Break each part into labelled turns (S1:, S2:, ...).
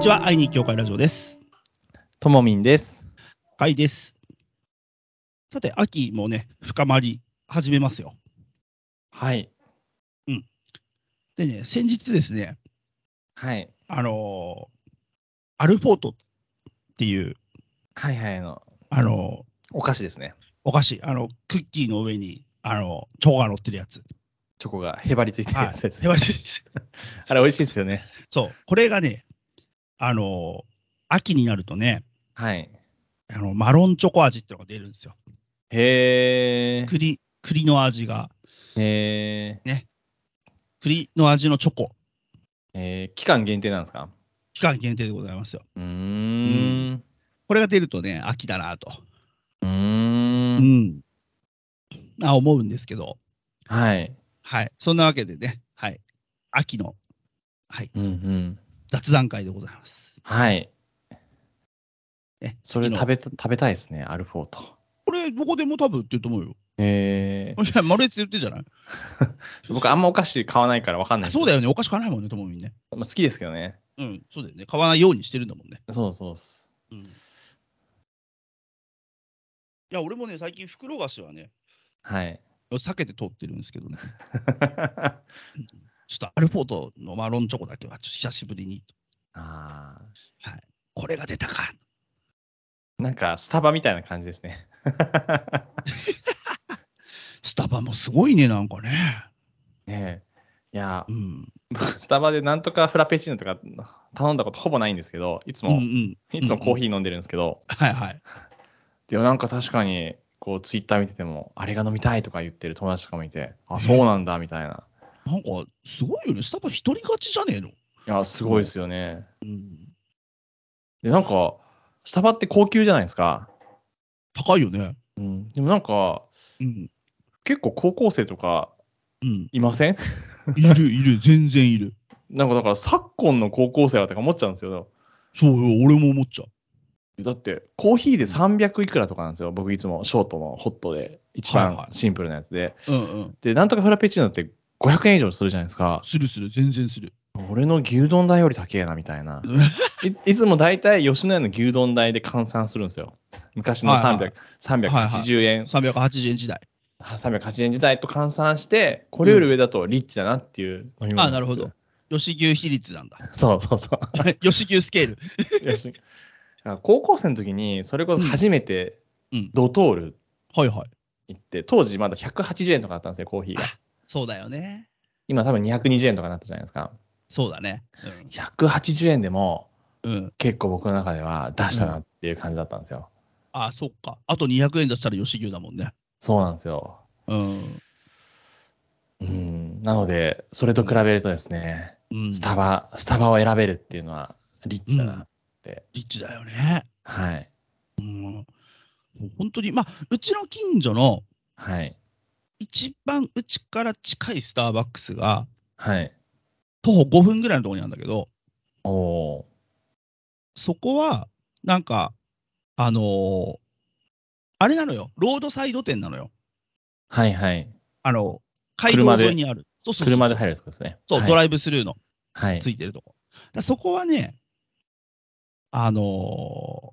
S1: ちは、愛に協会ラジオです。
S2: ともみんです。
S1: はいです。さて、秋もね、深まり始めますよ。
S2: はい。
S1: でね、先日ですね、
S2: はい。
S1: あのーアルフォートっていう、
S2: はいはい。あの、
S1: あのー
S2: お菓子ですね。
S1: お菓子、あの、クッキーの上に、あの、チョコが乗ってるやつ。
S2: チョコがへばりついてるやつです、
S1: 手割りです
S2: あれ美味しいですよね。
S1: そう、これがね、あのー秋になるとね、
S2: はい。
S1: あのマロンチョコ味っていうのが出るんですよ。
S2: へー。
S1: 栗、栗の味が、
S2: へー。
S1: 栗の味のチョコ、
S2: えー、期間限定なんですか
S1: 期間限定でございますよ。
S2: うーん。
S1: これが出るとね、秋だなと。
S2: うー。
S1: うんん。あ、思うんですけど、
S2: はい。
S1: はい。そんなわけでね、はい。秋の、はい、
S2: うんうん。
S1: 雑談会でございます。
S2: はい。
S1: ね、
S2: それ食
S1: べ
S2: べた、食べたいですね。アルフォート。
S1: これ、どこでも多分売ってると思う よ。
S2: へー。
S1: もしか丸越って言ってるじゃない
S2: 僕あんまお菓子買わないからわかんな
S1: あ
S2: いです
S1: そうだよね。お菓子買わないもんね、ともみんね。
S2: まあ好きですけどね。
S1: うん、そうだよね。買わないようにしてるんだもんね。
S2: そうそうっす。
S1: うん。いや、俺もね、最近、袋菓子はね、
S2: はい。
S1: 避けて通ってるんですけどね。ちょっとアルフォートのマロンチョコだけは、ちょっと久しぶりに、
S2: あ
S1: これが出たか。
S2: ーなんか、スタバみたいな感じですね。
S1: スタバもすごいね、なんかね。
S2: ねえ。いや
S1: う、ん。
S2: 僕スタバでなんとかフラペチーノとか頼んだことほぼないんですけど、いつ
S1: うんう
S2: も、
S1: ん。
S2: いつもコーヒー飲んでるんですけど、
S1: はいはい。
S2: でもなんか確かに、こう、ツイッター見てても、あれが飲みたいとか言ってる友達とかもいて、あ、そうなんだ、みたいな。
S1: なんか、すごいよね。スタバ一人勝ちじゃねえの。
S2: いや、すごいですよね。
S1: うん。
S2: で、なんか、スタバって高級じゃないですか。
S1: 高いよね。
S2: うん。でもなんか、
S1: うん。
S2: 結構高校生とか
S1: うん。
S2: いません
S1: い る、いる、全然いる。
S2: なんかだから、昨今の高校生はとか思っちゃうんですよ。
S1: そうよ、俺も思っちゃう。
S2: だって、コーヒーで300いくらとかなんですよ。僕いつもショートのホットで、一
S1: はいは
S2: 番
S1: い
S2: シンプルなやつで。
S1: うんうん。
S2: で、なんとかフラペチーノって500円以上するじゃないですか。
S1: するする、全然する。
S2: 俺の牛丼代より高えな、みた いな。いいつも大体吉野家の牛丼代で換算するんですよ。昔の300、
S1: はいはい
S2: 380円、
S1: 380円時代。
S2: 380円時代と換算して、これより上だとリッチだなっていう飲み物んですよ、
S1: あなるほど吉牛比率なんだ。
S2: そうそうそう。
S1: 吉牛スケール。
S2: 吉野家高校生の時に、それこそ初めて
S1: うんうん
S2: ドトール
S1: はいはい。
S2: 行って、当時まだ180円とかだったんですよ、コーヒーが。
S1: そうだよね。
S2: 今多分220円とかになったじゃないですか。
S1: そうだね。
S2: 180円でも、
S1: うん。うん、
S2: 結構僕の中では出したなっていう感じだったんですよ。
S1: あそっか。あと200円出したら吉牛だもんね。
S2: そうなんですよ。
S1: うん。
S2: うん。なので、それと比べるとですね、
S1: うん、
S2: スタバ、スタバを選べるっていうのはリッチだな。
S1: うんリッチだよね。
S2: はい。
S1: もう本当に、まあ、うちの近所の
S2: はい。
S1: 一番うちから近いスターバックスが、
S2: はい。
S1: 徒歩5分ぐらいのところにあるんだけど、
S2: おお
S1: そこは、なんか、あのーあれなのよ、ロードサイド店なのよ。
S2: ー。はいはい。
S1: あの、街道
S2: 車で
S1: 沿いにある。そうそうそう
S2: 車で入るとこですね。
S1: そう、
S2: はい、
S1: ドライブスルーの
S2: はい。
S1: ついてるとこ。だからそこはね、あのー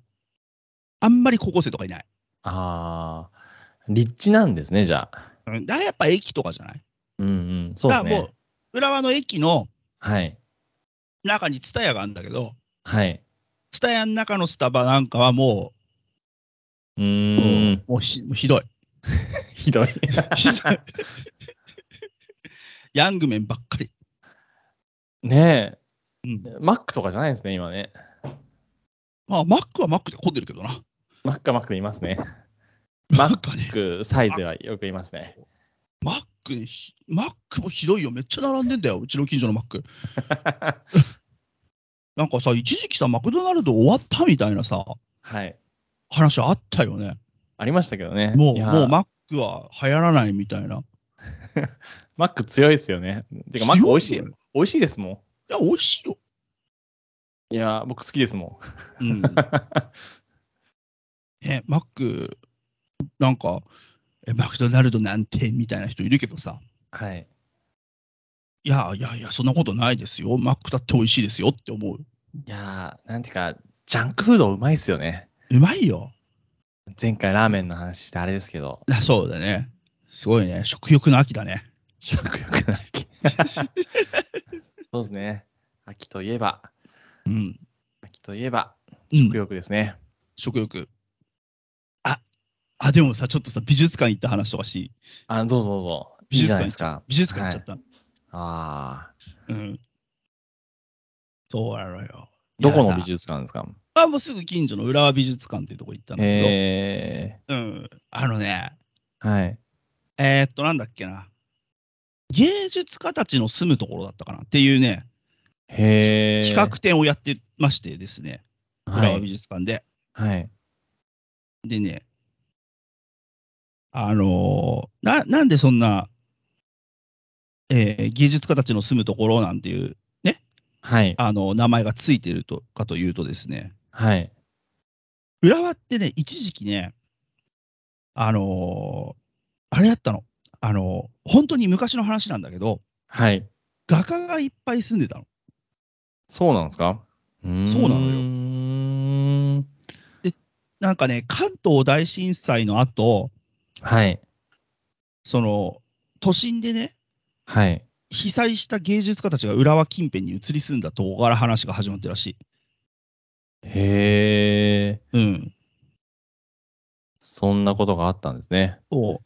S1: あんまり高校生とかいない。
S2: ああ。立地なんですね、じゃあ。
S1: うんだからやっぱ駅とかじゃない
S2: うんうん。そうです
S1: だからも
S2: ね。
S1: う、浦和の駅の
S2: はい。
S1: 中にツタヤがあるんだけど、
S2: はい。
S1: ツタヤの中のスタバなんかはも
S2: う
S1: う、
S2: ーん。
S1: もうひもうひどい。
S2: ひどい。
S1: ひどい ヤングメンばっかり。
S2: ねえ。
S1: うん
S2: マックとかじゃないですね、今ね。
S1: まあ、マックはマックで混んでるけどな。
S2: マックはマックでいますね。
S1: マックはね、
S2: ックサイズはよく言いますね。
S1: マックね、ひマックもひどいよ。めっちゃ並んでんだよ、うちの近所のマッ ク。なんかさ、一時期さ、マクドナルド終わったみたいなさ、
S2: はい。
S1: 話あったよね。
S2: ありましたけどね。
S1: もう、
S2: いや
S1: もうマックは流行らないみたいな。
S2: マック強いですよね。てか、マック美味しい
S1: 強い。
S2: 美味しいですも
S1: いや、美味しいよ。
S2: ん。いや、僕好きですも
S1: うん。ね、マック、なんか、えマクドナルドなんてみたいな人いるけどさ、
S2: ん。はい。
S1: いやいやいや、そんなことないですよ。マックだって美味しいですよって思う。
S2: いやー、なんていうか、ジャンクフードうまいっすよね。
S1: うまいよ。
S2: 前回ラーメンの話してあれですけど、
S1: あそうだね。すごいね。食欲の秋だね。
S2: 食欲 の秋。そうですね。秋といえば、
S1: うん。
S2: 秋といえば、
S1: うん
S2: 食、欲ですね。
S1: 食欲。あ、あ、でもさ、ちょっとさ、美術館行った話とかし、
S2: あ、どうぞどうぞ。いいじゃないですか。
S1: 美術館行っちゃった。
S2: ああ。
S1: うん。そうやろよ。
S2: どこ
S1: い
S2: の美
S1: やさ
S2: 術館ですか
S1: あ、もうすぐ近所の浦和美術館っていうとこ行ったんだけ
S2: え
S1: ど、うん。あのね、
S2: ー、はい。
S1: えー、っと、なんだっけな。芸術家たちの住むところだったかなっていうね、
S2: へえ。
S1: 企画展をやってましてですね、
S2: は
S1: 浦和美
S2: い。
S1: 術館で。
S2: はい。
S1: でね、あのーな、なんでそんな、えー芸術家たちの住むところなんていう、
S2: はい。
S1: あの名前がついてるとかというとですね、
S2: はい。
S1: 浦和ってね、一時期ね、あのーあれだったの、あのー本当に昔の話なんだけど、
S2: はい。
S1: 画家がいっぱい住んでたの。
S2: そうなんですか
S1: そうなのよ
S2: のよ。
S1: なんかね、関東大震災の後、
S2: はい。
S1: その、都心でね、
S2: はい。
S1: 被災した芸術家たちが浦和近辺に移り住んだとこから話が始まってるらしい。
S2: へえ。
S1: うん。
S2: そんなことがあったんですね。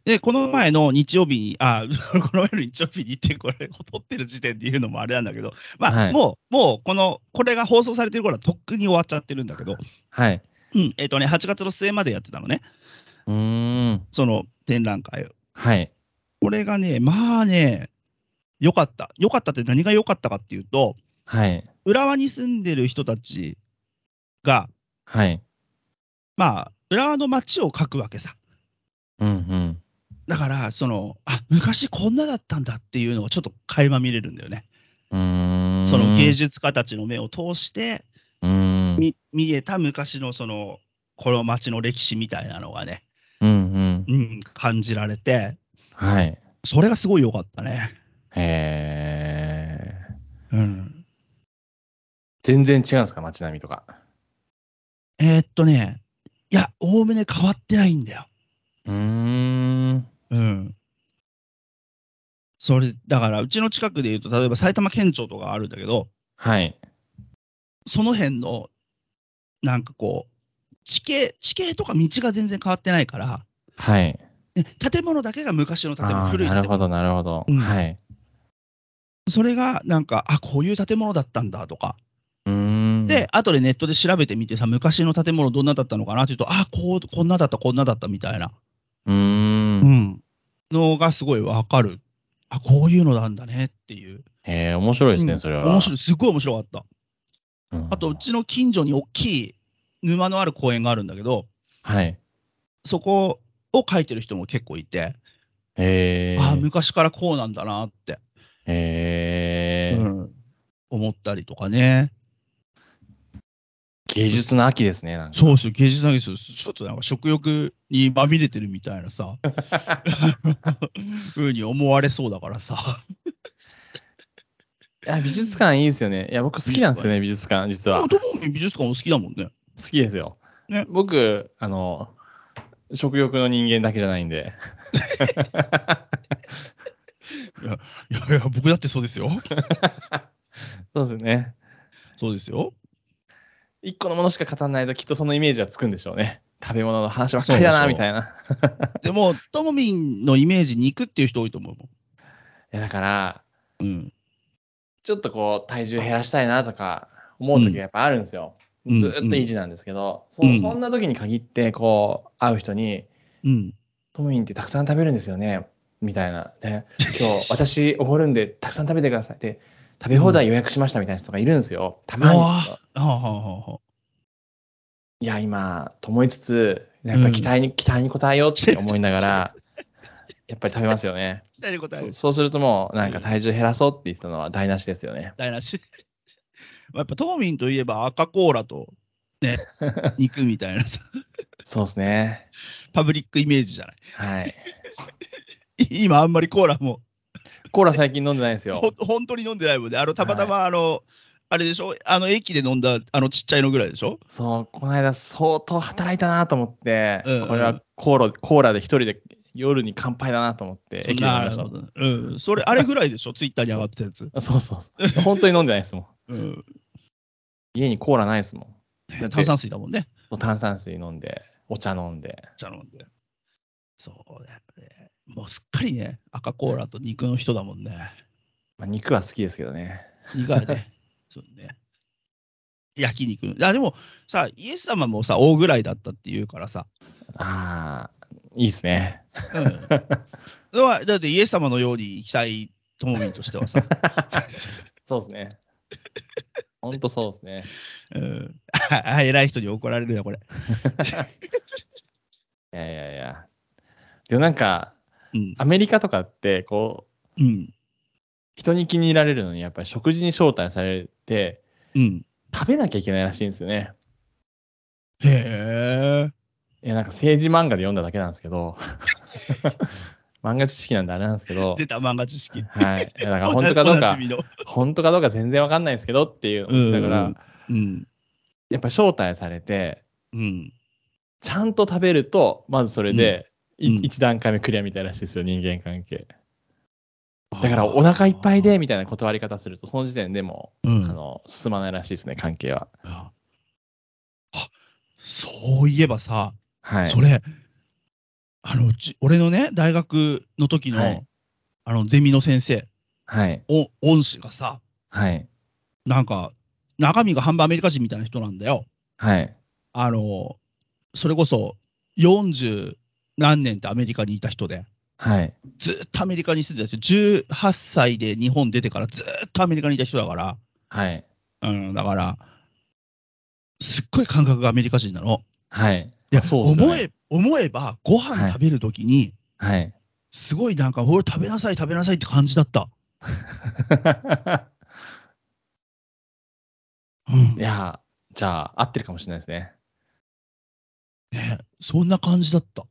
S1: で、この前の日曜日に、あ、 この前の日曜日に行って、これ、撮ってる時点で言うのもあれなんだけど、まあ、
S2: はい
S1: もう、もう、この、これが放送されてる頃はとっくに終わっちゃってるんだけど、
S2: はい。
S1: うん、えっ、とね、8月の末までやってたのね、
S2: うーん。
S1: その展覧会を。
S2: はい。
S1: これがね、まあね、良かった。良かったって何が良かったかっていうと、
S2: はい。
S1: 浦和に住んでる人たちが、
S2: はい。
S1: まあ、浦和の街を描くわけさ。
S2: うんうん。
S1: だから、その、あ、昔こんなだったんだっていうのをちょっと垣間見れるんだよね。
S2: うーん。
S1: その芸術家たちの目を通して
S2: うーん。
S1: 見見えた昔のその、この街の歴史みたいなのがね、
S2: うんうん。
S1: うん、感じられて、
S2: はい。
S1: それがすごい良かったね。
S2: へえ。
S1: うん。
S2: 全然違うんですか街並みとか。
S1: えーっとね、いや、おおむね変わってないんだよ。
S2: うーん。
S1: うん。それ、だから、うちの近くで言うと、例えば埼玉県庁とかあるんだけど、
S2: はい。
S1: その辺の、なんかこう、地形、地形とか道が全然変わってないから、
S2: はい。
S1: ね建物だけが昔の建物、
S2: ああー、
S1: 古い
S2: な
S1: 建
S2: るほ
S1: 物。
S2: ど、なるほど。
S1: うん
S2: はい。
S1: それがなんか、あ、こういう建物だったんだとか。
S2: うーん。
S1: で、、後でネットで調べてみてさ、昔の建物どんなだったのかなっていうと、あ、こう、こんなだった、こんなだったみたいな。
S2: うーん。
S1: ん。のがすごいわかる。あ、こういうのなんだねっていう。
S2: へえ、面白いです
S1: う
S2: ね、
S1: ん
S2: それは。
S1: 面白い、すごい面白かった。
S2: うん
S1: あと、うちの近所に大きい沼のある公園があるんだけど、
S2: はい。
S1: そこを描いてる人も結構いて、
S2: へえ。
S1: ああ、昔からこうなんだなって、
S2: へえ、
S1: うん思ったりとかね。
S2: 芸術の秋ですね、なんか。
S1: そうそう、芸術なんですよ。ちょっとなんか食欲にまみれてるみたいな さ、ふうに思われそうだからさ。
S2: いや、美術館いいですよね。いや、僕好きなんですよね、美術館、実
S1: で
S2: は。
S1: も、
S2: 好
S1: トモミ美術館も好きだもんね。
S2: きですよ。
S1: ね
S2: 僕、あの、食欲の人間だけじゃないんで。
S1: いやいや、僕だってそうですよ。
S2: そうですね。
S1: そうですよ。
S2: 一個のものしか語らないと、きっとそのイメージはつくんでしょうね。食べ物の話ばっかりだ
S1: そう
S2: な、
S1: そう
S2: みたいな。
S1: でも、トモミンのイメージ、肉っていう人多いと思うも
S2: いや、だから、
S1: ん。うん。
S2: ちょっとこう、体重減らしたいなとか、思う時がやっぱあるんですよ。
S1: うん
S2: ずーっと維持なんですけど、そ
S1: うん
S2: そんな時に限って、こう、会う人に、
S1: うん。
S2: トミンってたくさん食べるんですよね、みたいな。で、 今日、私、おごるんで、たくさん食べてくださいって、食べ放題予約しましたみたいな人がいるんですよ。たまにですけど
S1: ああ、はあはあはあ。
S2: いや、今、と思いつつ、やっぱり期待に、期待に応えようって思いなが ら、やっぱり食べますよね。
S1: 何答え
S2: そ
S1: る
S2: うそうするともう、なんか体重減らそうって言ってたのは台無しですよね。
S1: 台無し。 まあやっぱトモミンといえば赤コーラと、 ね、肉みたいなさ、
S2: そうですね。
S1: パブリックイメージじゃない。
S2: はい。
S1: 今あんまりコーラも、
S2: コーラ最近飲んでないんですよ
S1: ほ。ん本当に飲んでないもんね。あの、たまたまあの、あれでしょあの、駅で飲んだ、あのちっちゃいのぐらいでしょ
S2: そう、この間相当働いたなと思って、
S1: うんうん
S2: これはコーラコーラで一人で夜に乾杯だなと思って、駅で飲み
S1: な
S2: ま
S1: る
S2: した
S1: ほ。ど。うん。それ、あれぐらいでしょツイッターに上がってたやつ。
S2: あ そうそうそう。本当に飲んでないですもん。
S1: うん。
S2: 家にコーラないですもん。だって
S1: 炭酸水だもんね。
S2: 炭酸水飲んで、お茶飲んで。
S1: じゃ飲んで。そうだよね。もうすっかりね、赤コーラと肉の人だもんね。
S2: まあ、肉は好きですけどね。
S1: 苦いね。 そうね。焼肉。いや、でもさ、イエス様もさ、大ぐらいだったって言うからさ。
S2: ああ、いいですね。
S1: うん。だからだってイエス様のように行きたい、ともみんとしてはさ。
S2: そうですね。本当そうですね。
S1: うん。あ偉い人に怒られるよ、これ。
S2: いやいやいや。でもなんか、
S1: うん。
S2: アメリカとかって、こう、
S1: うん。
S2: 人に気に入られるのに、やっぱり食事に招待されて、
S1: うん。
S2: 食べなきゃいけないらしいんですよね。
S1: へえ。
S2: いや、なんか政治漫画で読んだだけなんですけど、漫画知識なんであれなんですけど、
S1: 出た漫画知識。
S2: はい。いやだから本当かどう
S1: おなじ
S2: か、
S1: みの
S2: 本当かどうか全然わかんないんですけどっていう、
S1: うん
S2: だから、
S1: うん。
S2: やっぱり招待されて、
S1: うん。
S2: ちゃんと食べると、まずそれで、い
S1: うん
S2: 一段階目クリアみたいらしいですよ、人間関係。だから、お腹いっぱいで、みたいな断り方すると、その時点でも
S1: う
S2: う、あ
S1: ん。
S2: の、進まないらしいですね、関係は。
S1: あ、そういえばさ、
S2: はい。
S1: それ、あの、うち俺のね、大学の時の、
S2: はい
S1: あの、ゼミの先生、
S2: はい。
S1: お恩師がさ、
S2: はい。
S1: なんか、中身が半分アメリカ人みたいな人なんだよ。
S2: はい。
S1: あの、それこそ、40何年ってアメリカにいた人で、
S2: はい。
S1: ずーっとアメリカに住んでた人、18歳で日本出てからずーっとアメリカにいた人だから、
S2: はい。
S1: うん、だから、すっごい感覚がアメリカ人なの。
S2: はい。
S1: いや、
S2: そうっすよね
S1: 思え思えば、ご飯食べるときに、
S2: はい。
S1: すごいなんか、俺食べなさい、食べなさいって感じだった。うん
S2: いや、じゃあ、合ってるかもしれないですね。
S1: ね、そんな感じだった。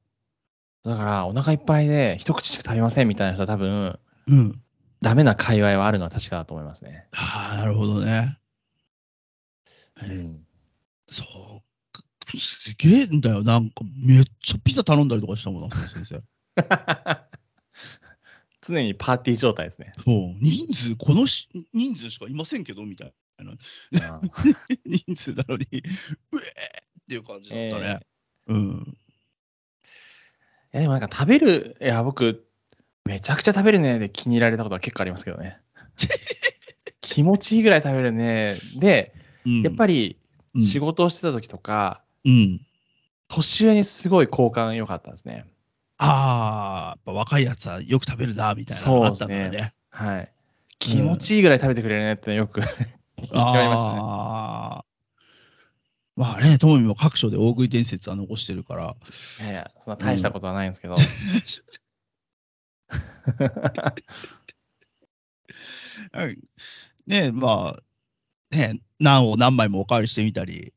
S2: だから、お腹いっぱいで、一口しか食べませんみたいな人は多分、
S1: うん。
S2: ダメな界隈はあるのは確かだと思いますね。
S1: ああ、なるほどね。
S2: うん。
S1: そうか。すげえんだよ。なんか、めっちゃピザ頼んだりとかしたもんな、その先生。
S2: 常にパーティー状態ですね。
S1: そう。人数、このし人数しかいませんけど、みたいな。人数なの に、うえーっていう感じだったね。うん。
S2: いやでもなんか食べる、いや僕、めちゃくちゃ食べるねで気に入られたことは結構ありますけど ね。気持ちいいぐらい食べるねで、やっぱり
S1: り
S2: 仕
S1: 事、
S2: 事をしてた時とか、
S1: うん。
S2: 年上にすごい好感良かったですね。
S1: ああ、やっぱ若いやつはよく食べるな、みたいなのがあったんだよね。
S2: はい。気持ちいいぐらい食べてくれるねってよく言われましたね。
S1: ああ。まあね、ともみも各所で大食い伝説は残してるから。
S2: いやいや、そんな大したことはないんですけど。
S1: はいねまあ、ね何を何枚もおかわりしてみたり、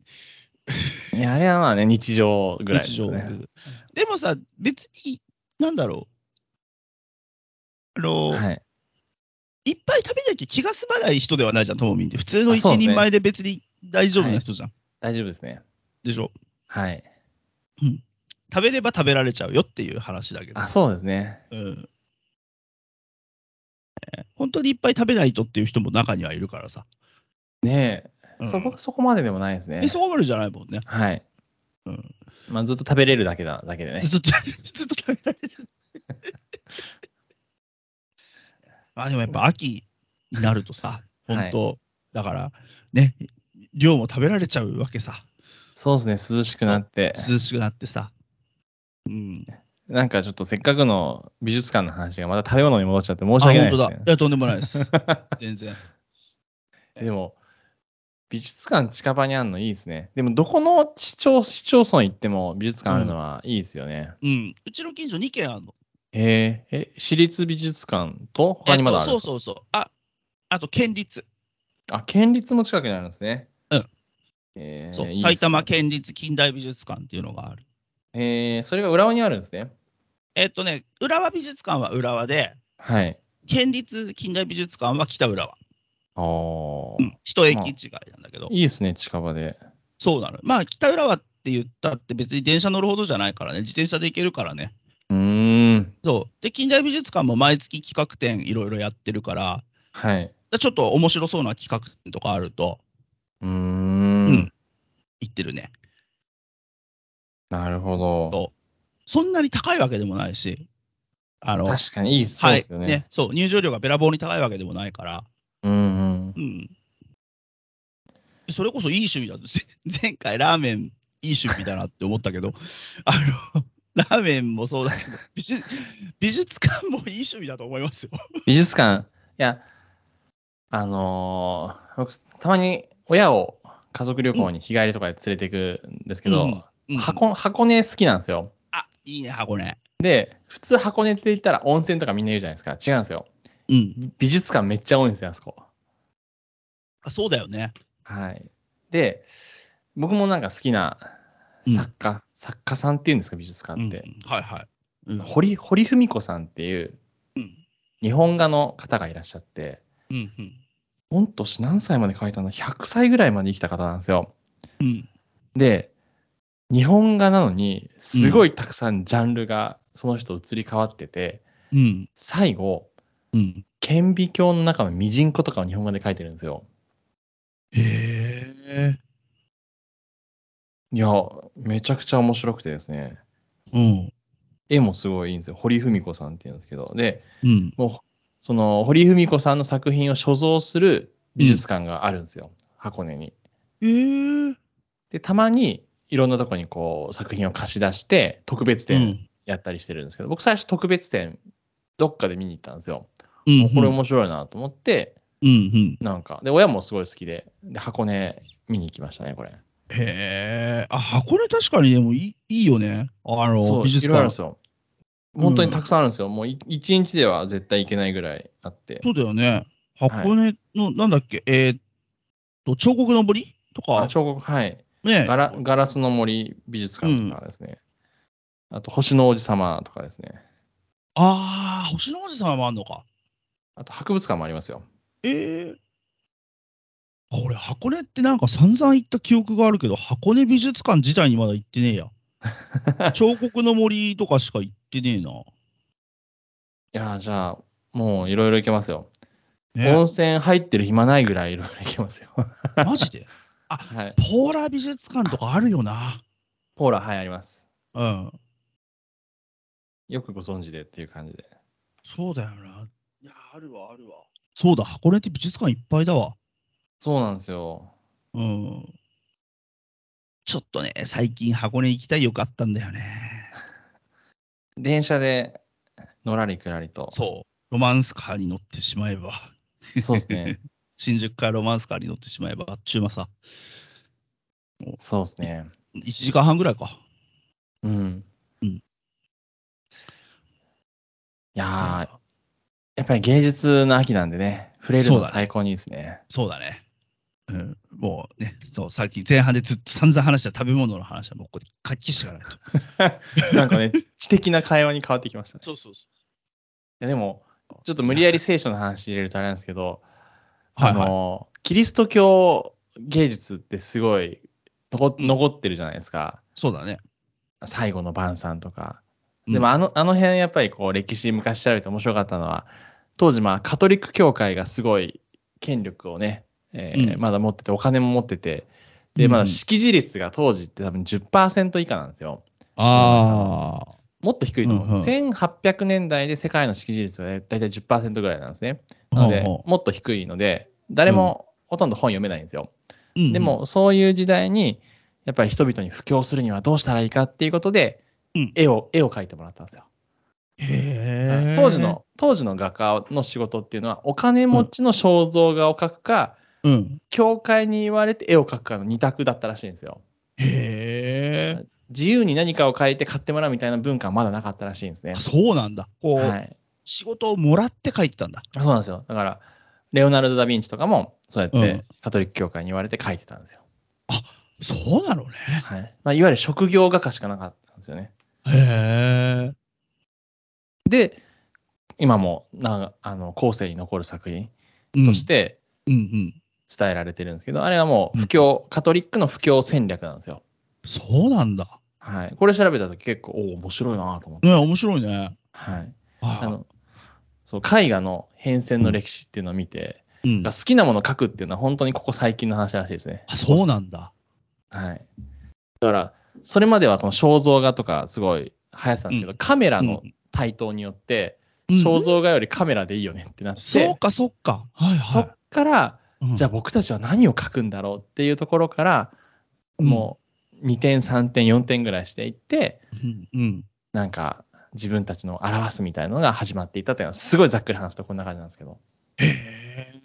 S2: いや、あれはまあね、日常ぐらいで
S1: 日
S2: す
S1: 常。
S2: ね。
S1: でもさ、別に、なんだろう。あの、
S2: はい。
S1: い、っぱい食べなきゃ気が済まない人ではないじゃん、ともみんって。普通の
S2: あ
S1: 一
S2: そうですね
S1: 人前で別に大丈夫な人じゃん。
S2: 大丈夫ですね。
S1: でしょ
S2: はい。
S1: 食べれば食べられちゃうよっていう話だけど
S2: あ、。そうですね。
S1: うんえー本当にいっぱい食べないとっていう人も中にはいるからさ。
S2: ね
S1: う
S2: え、
S1: ん
S2: そこそこまででもないですね
S1: え、。そこまでじゃないもんね。
S2: はい。
S1: うん
S2: まあ、ずっと食べれるだけだ、だけでね
S1: ず。っとずっと食べられる。 まあでもやっぱ秋になるとさ、本当、だからね、量も食べられちゃうわけさ、
S2: そうですね、涼しくなって。
S1: 涼しくなってさ。うん、
S2: なんかちょっとせっかくの美術館の話がまた食べ物に戻っちゃって申
S1: あ、
S2: し訳
S1: 本
S2: ないで
S1: 当
S2: す
S1: だ。
S2: ね
S1: い。や、とんでもないです。全然。
S2: でも、美術館近場にあるのいいですね。でも、どこの市町市町村行っても美術館あるのはいいですよね。
S1: うん。うちの近所2軒あるの。
S2: へええ、私立美術館と他にまだあ
S1: え
S2: るんで
S1: っと
S2: すか、
S1: そうそうそう。あ、あと県立。
S2: あ、県立も近くにあるんですね。
S1: うん。
S2: えー
S1: そう
S2: いいですね
S1: 埼玉県立近代美術館っていうのがある。
S2: えー、それが浦和にあるんですね。
S1: えっとね、浦和美術館は浦和で、
S2: はい。
S1: 県立近代美術館は北浦和。
S2: ああ、
S1: うん、一駅違いなんだけど。
S2: いいですね、近場で。
S1: そうなの。まあ、北浦和って言ったって別に電車乗るほどじゃないからね、自転車で行けるからね。
S2: うーん。
S1: そう。で、近代美術館も毎月企画展いろいろやってるから、
S2: はい。
S1: でちょっと面白そうな企画展とかあると、
S2: うー。
S1: うん行ってるね。
S2: なるほど。
S1: そんなに高いわけでもないし、あの、
S2: 確かにいいそう
S1: は
S2: で
S1: い
S2: すよね。
S1: ね、そう、入場料がべらぼうに高いわけでもないから、
S2: うん
S1: うん。それこそいい趣味だと、ぜ 前回ラーメンいい趣味だなって思ったけど、 あの、ラーメンもそうだけど、美術美術館もいい趣味だと思いますよ。
S2: うん。美術館、いや、あのー僕、たまに親を家族旅行に日帰りとかで連れて行くんですけど、
S1: うん
S2: 箱箱根好きなんですよ。
S1: あ、いいね、箱根。
S2: で、普通箱根って言ったら温泉とかみんな言うじゃないですか。違うんですよ。
S1: うん。
S2: 美美術館めっちゃ多いんですよ、あそこ。
S1: あ、そうだよね。
S2: はい。で、僕もなんか好きな作家、作家さんっていうんですか、美術
S1: う
S2: 館っ
S1: ん
S2: て。
S1: はいはい。うん。
S2: 堀堀文子さんっていう
S1: うん
S2: 日本画の方がいらっしゃって、
S1: うんうん
S2: 御年何歳まで描いたの ?100 歳ぐらいまで生きた方なんですよ。
S1: うん
S2: で、日本画なのに、すごいたくさんジャンルがその人移り変わってて、
S1: うん
S2: 最後、
S1: うん。
S2: 顕微鏡の中のミジンコとかを日本画で描いてるんですよ。
S1: へえ。
S2: いや、めちゃくちゃ面白くてですね。
S1: うん。
S2: 絵もすごいいいんですよ。堀文子さんっていうんですけど。で、
S1: うん。
S2: もう、その、堀文子さんの作品を所蔵する美術館があるんですよ。箱根に。
S1: へえ。
S2: で、たまに、いろんなとこにこう、作品を貸し出して、特別展やったりしてるんですけど、僕最初特別展、どっかで見に行ったんですよ。
S1: うん
S2: これ面白いなと思って、
S1: うん
S2: なんか、で、親もすごい好きで、で、箱根見に行きましたね、これ。
S1: うん。へえ。あ、箱根確かにでもいいいいよね。あ
S2: そ
S1: の、
S2: う、
S1: 美術
S2: いろいろある
S1: 館
S2: んで。すよ。本当にたくさんあるんですよ。もうい一日では絶対行けないぐらいあって。
S1: そうだよね。箱根の、なんだっけ、えーっと、彫刻の森と
S2: あ
S1: か、
S2: 彫刻、はい。
S1: ね
S2: ガラガラスの森美術館とかですね。あと、星の王子様とかですね。
S1: ああ、星の王子様もあんのか。
S2: あと、博物館もありますよ。
S1: ええあ、俺、箱根ってなんか散々行った記憶があるけど、箱根美術館自体にまだ行ってねえや。 彫刻の森とかしか行ってねえな。
S2: いやー、じゃあ、もういろいろ行けますよ。温
S1: ね、
S2: 泉入ってる暇ないぐらいいろいろ行けますよ。
S1: マジで
S2: はい。
S1: ポーラ美術館とかあるよな。
S2: ポーラ、はい、あります。
S1: うん。
S2: よくご存知でっていう感じで。
S1: そうだよな。いや、あるわ、あるわ。そうだ、箱根って美術館いっぱいだわ。
S2: そうなんですよ。
S1: うん。ちょっとね、最近箱根行きたい欲あったんだよね。
S2: 電車で、のらりくらりと。
S1: そう。ロマンスカーに乗ってしまえば、
S2: そうですね。
S1: 新宿からロマンスカーに乗ってしまえば、あっちゅう間さ、
S2: そうですね。
S1: 1時間半ぐらいか。
S2: うん。
S1: うん
S2: いやー、やっぱり芸術の秋なんでね、触れる
S1: そう
S2: の
S1: だね
S2: 最高にいいですね。
S1: そうだね。うん、もうね、そう、さっき前半でずっと散々話した食べ物の話はもうここで書きしかないと。
S2: なんかね、 知的な会話に変わってきましたね。い
S1: そうそうそ
S2: やでも、ちょっと無理やり聖書の話入れるとあれなんですけど、
S1: う。はい、は
S2: あ
S1: い。
S2: の、キリスト教芸術ってすごいとこ残ってるじゃないですか。
S1: そうだね。
S2: 最後の晩餐とか。
S1: うん
S2: でもあの、あの辺やっぱりこう歴史昔調べて面白かったのは、当時まあカトリック教会がすごい権力をね、えー
S1: うん
S2: まだ持ってて、お金も持ってて、
S1: う
S2: で、
S1: ん
S2: まだ識字率が当時って多分10%以下なんですよ。
S1: ああ。
S2: もっと低いと思う。
S1: うんうん
S2: 1800年代で世界の識字率がだいたい10%ぐらいなんですね。なので、
S1: ほうほ
S2: もっと低いので、誰もほとんど本読めないんですよ。
S1: ううん
S2: で、も、そういう時代に、やっぱり人々に布教するにはどうしたらいいかっていうことで、
S1: うん
S2: 絵を、絵を描いてもらったんですよ。
S1: へえ。
S2: 当時、の、当時の画家の仕事っていうのは、お金持ちの肖像画を描くか、
S1: うん。
S2: 教会に言われて絵を描くかの二択だったらしいんですよ。
S1: へえ。
S2: 自由に何かを描いて買ってもらうみたいな文化はまだなかったらしいんですね
S1: あ。そうなんだ。こう、
S2: はい。
S1: 仕事をもらって書いてたんだ。
S2: そうなんですよ。だから、レオナルド・ダ・ヴィンチとかも、そうやっ
S1: う
S2: て
S1: ん
S2: カトリック教会に言われて書いてたんですよ。
S1: そうなのね。
S2: はいまあ、いわゆる職業画家しかなかったんですよね。
S1: へえ。
S2: で、今もなあの後世に残る作品として、
S1: うんうん。
S2: 伝えられてるんですけど、あれはもう、布教、カトリックの布教戦略なんですよ。
S1: そうなんだ。
S2: はい。これ調べたとき結構、おお、面白いなと思って。
S1: ね面白いね。
S2: はい。
S1: あ
S2: あの、そう、絵画の変遷の歴史っていうのを見て、
S1: うん
S2: 好、きなものを描くっていうのは本当にここ最近の話らしいですね。
S1: あそうなんだ。
S2: はい。だから、それまではこの肖像画とかすごい流行ってたんですけど、
S1: うん
S2: カメラの台頭によって、
S1: うん
S2: 肖像画よりカメラでいいよねってなって、
S1: そうか、そうか。はい
S2: そ
S1: は
S2: っから、
S1: い。うん
S2: じゃあ、僕たちは何を描くんだろうっていうところから、もう2点、3点、4点ぐらいしていって、
S1: うん、うん。
S2: なんか自分たちの表すみたいなのが始まっていったっていうのは、すごいざっくり話すとこんな感じなんですけど、
S1: へ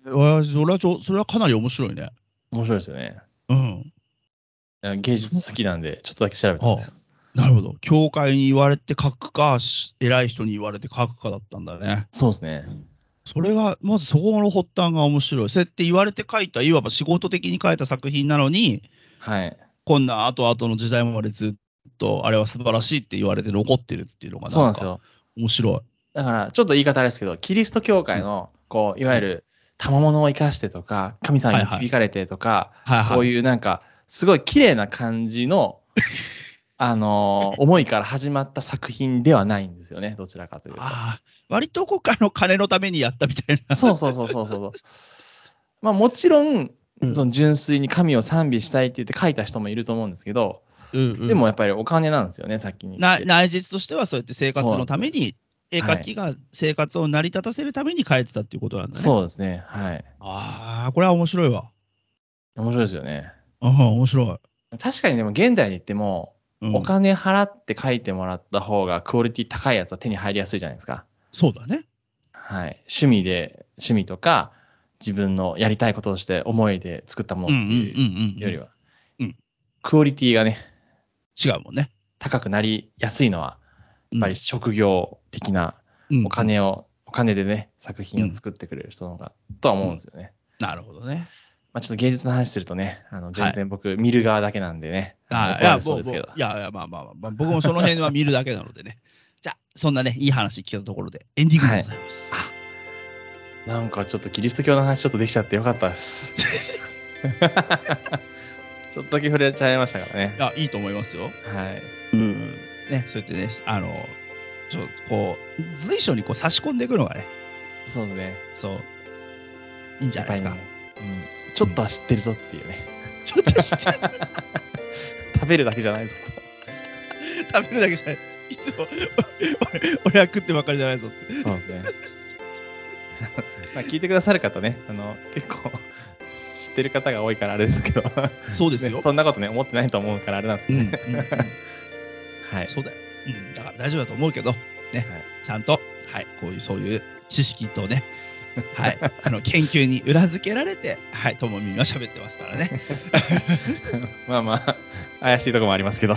S1: え、わそれはちょ、それはかなり面白いね。
S2: 面白いですよね。
S1: うん。
S2: 芸術好きなんで、ちょっとだけ調べたんですよ。
S1: なるほど。教会に言われて書くか、し偉い人に言われて書くかだったんだね。
S2: そうですね。
S1: それが、まずそこの発端が面白い。そうやって言われて書いた、いわば仕事的に書いた作品なのに、
S2: はい。
S1: こんな後々の時代までずっと、あれは素晴らしいって言われて残ってるっていうのが
S2: そうな
S1: な
S2: んですよ。
S1: 面白
S2: だから、ちょっと言い方あれですけど、キリスト教会の、こう、いわゆる、賜物を生かしてとか、神様に導かれてとか
S1: い。、はいはい。
S2: こういうなんか、すごい綺麗な感 じの、あのー思いから始まった作品ではないんですよね、どちらかというと。
S1: ああ、割とこうあの金のためにやったみたいな。
S2: そうそうそうそうそうそう。 まあ、もちろん
S1: う、ん
S2: その純粋に神を賛美したいって言って書いた人もいると思うんですけど、
S1: うんうん
S2: でもやっぱりお金なんですよね、さっきに言っ
S1: な
S2: て。
S1: 内実としてはそうやって生活のために、絵
S2: よはい
S1: 描きが生活を成り立たせるために描いてたっていうことなんだね。
S2: そうですね、はい。
S1: ああ、これは面白いわ。
S2: 面白いですよね。
S1: うん、面白
S2: 確かにでも現代に行っても、
S1: い。うん
S2: お金払って書いてもらった方がクオリティ高いやつは手に入りやすいじゃないですか。
S1: そうだね。
S2: はい。趣味で、趣味とか、自分のやりたいこととして思いで作ったも
S1: うんうん
S2: のっていう
S1: うんうん。
S2: よりは
S1: うん、
S2: クオリティがね、
S1: 違うもんね。
S2: 高くなりやすいのは、
S1: や
S2: やっぱり職業的な
S1: り
S2: お金を、お金でね、作品を作ってくれる人の方が、とは思うんですよね。
S1: なるほどね。
S2: まあちょっと芸術の話するとね、あの全然僕見る側だけなんでね、
S1: あ
S2: 怒
S1: い
S2: ら
S1: や、
S2: れそう
S1: もう
S2: です
S1: もうい
S2: けど。
S1: やいや、まあまあまあ、まあ、僕もその辺は見るだけなのでね。 じゃあ、そんなね、いい話聞けたところで、エンディングでございます。
S2: はいなんかちょっとキリスト教の話ちょっとできちゃってよかっ たです。ちょっとだけ触れちゃいましたからね。
S1: いや、いいと思いますよ。
S2: はい。
S1: うん、ね、そうやってね、あの、ちょっとこう、随所にこう差し込んでいくのがね、
S2: そうですね。
S1: そう、いいんじゃ
S2: やっ
S1: ない
S2: ぱ
S1: です
S2: りね、
S1: か。
S2: うん、ちょっとは知ってるぞっていうね。
S1: ちょっと して
S2: 食べるだけじゃないぞと。
S1: 食べるだけじゃない。いつも 俺俺俺は食ってばっかりじゃないぞって。
S2: そうですね。 まあ聞いてくださる方ね、あの結構知ってる方が多いからあれですけど、
S1: そうです
S2: ね
S1: よ。
S2: そんなことね、思ってないと思うからあれなんです
S1: う
S2: け
S1: ん
S2: ど
S1: うんう
S2: ね。
S1: ん、
S2: はい。
S1: そうだよ、うん。だから大丈夫だと思うけど、ね、
S2: はい
S1: ちゃんと、はい、こういう、そういう知識とね、はい、 あの研究に裏付けられて、はい、ともみんは喋ってますからね。
S2: まあまあ、怪しいとこもありますけど、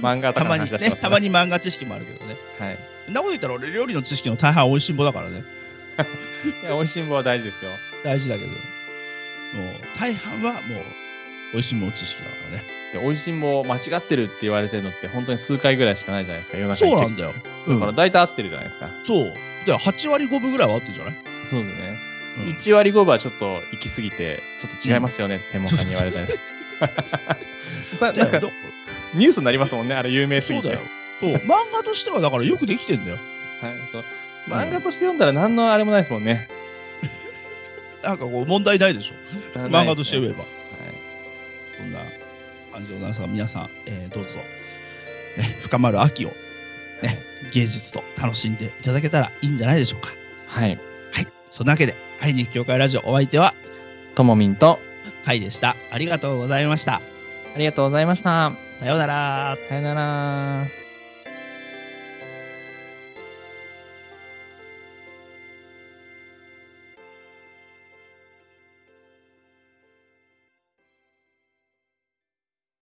S2: 漫画と
S1: た
S2: かの
S1: まに
S2: 話はして
S1: ね、
S2: ます
S1: た
S2: けど
S1: まに漫画知識もあるけどね。
S2: はい。
S1: そんなこと言ったら俺料理の知識の大半美味しんぼだからね。
S2: いや、美味しんぼは大事ですよ。
S1: 大事だけど。もう大半はもう美味しんぼの知識だからね。
S2: で美味しんぼ間違ってるって言われてるのって本当に数回ぐらいしかないじゃないですか、世の中
S1: そう
S2: にチェ
S1: なん
S2: ック。
S1: だよ。
S2: だから
S1: うん
S2: 大体合ってるじゃないですか。
S1: そう。で8割5分ぐらいは合ってるんじゃない、
S2: そうですね。
S1: うん
S2: 1割5分はちょっと行き過ぎて、ちょっと違いますよねって専門家に言われたり。さ なんか
S1: だよ
S2: ニュースになりますもんね、あれ有名す
S1: そう
S2: ぎ
S1: だ
S2: て。
S1: よ。そう。漫画としてはだからよくできてんだよ。
S2: はい、そう漫画として読んだら何のあれもないですもんね。
S1: なんかこう問題ないでしょ。漫画として言えば。
S2: はい
S1: そんな感じでございますが、皆さん、えーどうぞ、ね、深まる秋を、ね、芸術と楽しんでいただけたらいいんじゃないでしょうか。
S2: はい。
S1: はい。そんなわけで、愛に行く教会ラジオお相手は、
S2: ともみんと、
S1: カイでした。ありがとうございました。
S2: ありがとうございました。
S1: さようなら。
S2: さよなら。